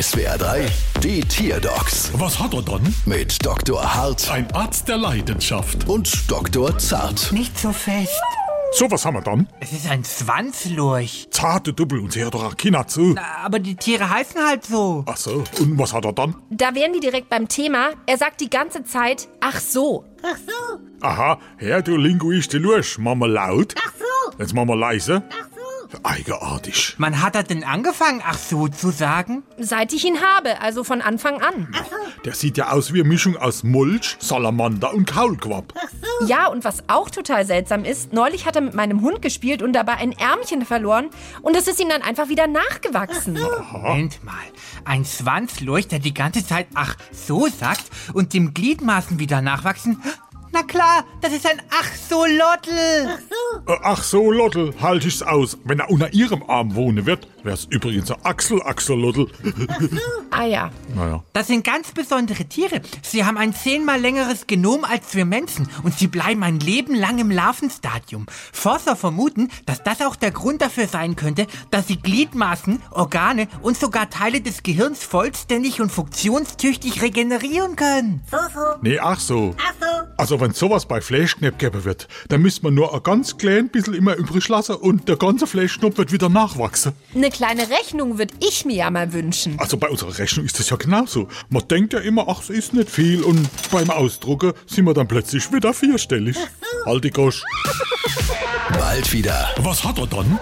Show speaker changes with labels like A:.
A: SWR 3, die Tierdocs
B: Was hat er dann?
A: mit Dr. Hart
B: Ein Arzt der Leidenschaft.
A: und Dr. Zart.
C: Nicht so fest.
B: So, was haben wir dann?
C: Es ist ein Schwanzlurch.
B: Zarte Dubbel und sie hört doch auch keiner zu.
C: Aber die Tiere heißen halt so.
B: Ach so, und was hat er dann?
D: Da wären wir direkt beim Thema. Er sagt die ganze Zeit, ach so.
B: Aha, Herr, du Linguiste Lursch, machen wir laut. Ach so. Jetzt machen wir leise. Ach so. Eigenartig.
C: Man hat er denn angefangen, ach so zu sagen?
D: Seit ich ihn habe, also von Anfang an.
B: Der sieht ja aus wie eine Mischung aus Mulch, Salamander und Kaulquapp.
D: Ja, und was auch total seltsam ist, neulich hat er mit meinem Hund gespielt und dabei ein Ärmchen verloren und es ist ihm dann einfach wieder nachgewachsen.
C: Oh. Moment mal. Ein Schwanzlurch, der die ganze Zeit ach so sagt und dem Gliedmaßen wieder nachwachsen? Na klar, das ist ein ach so Lottel.
B: Äh, ach so, Lottel, halt ich's aus. Wenn er unter ihrem Arm wohnen wird, wär's übrigens ein Axel, Axel Lottel.
D: Ah ja.
B: naja.
C: Das sind ganz besondere Tiere. Sie haben ein zehnmal längeres Genom als wir Menschen und sie bleiben ein Leben lang im Larvenstadium. Forscher vermuten, dass das auch der Grund dafür sein könnte, dass sie Gliedmaßen, Organe und sogar Teile des Gehirns vollständig und funktionstüchtig regenerieren können.
B: Nee, ach so. Ach so. Also, wenn sowas bei Fleischknepp geben wird, dann müsste man nur ein ganz klein bisschen immer übrig lassen und der ganze Fleischknopf wird wieder nachwachsen.
D: Eine kleine Rechnung würde ich mir ja mal wünschen.
B: Also, bei unserer Rechnung ist das ja genauso. Man denkt ja immer, ach, es ist nicht viel und beim Ausdrucken sind wir dann plötzlich Halt wieder vierstellig. Alti Gosch.
A: Bald wieder.
B: Was hat er dann?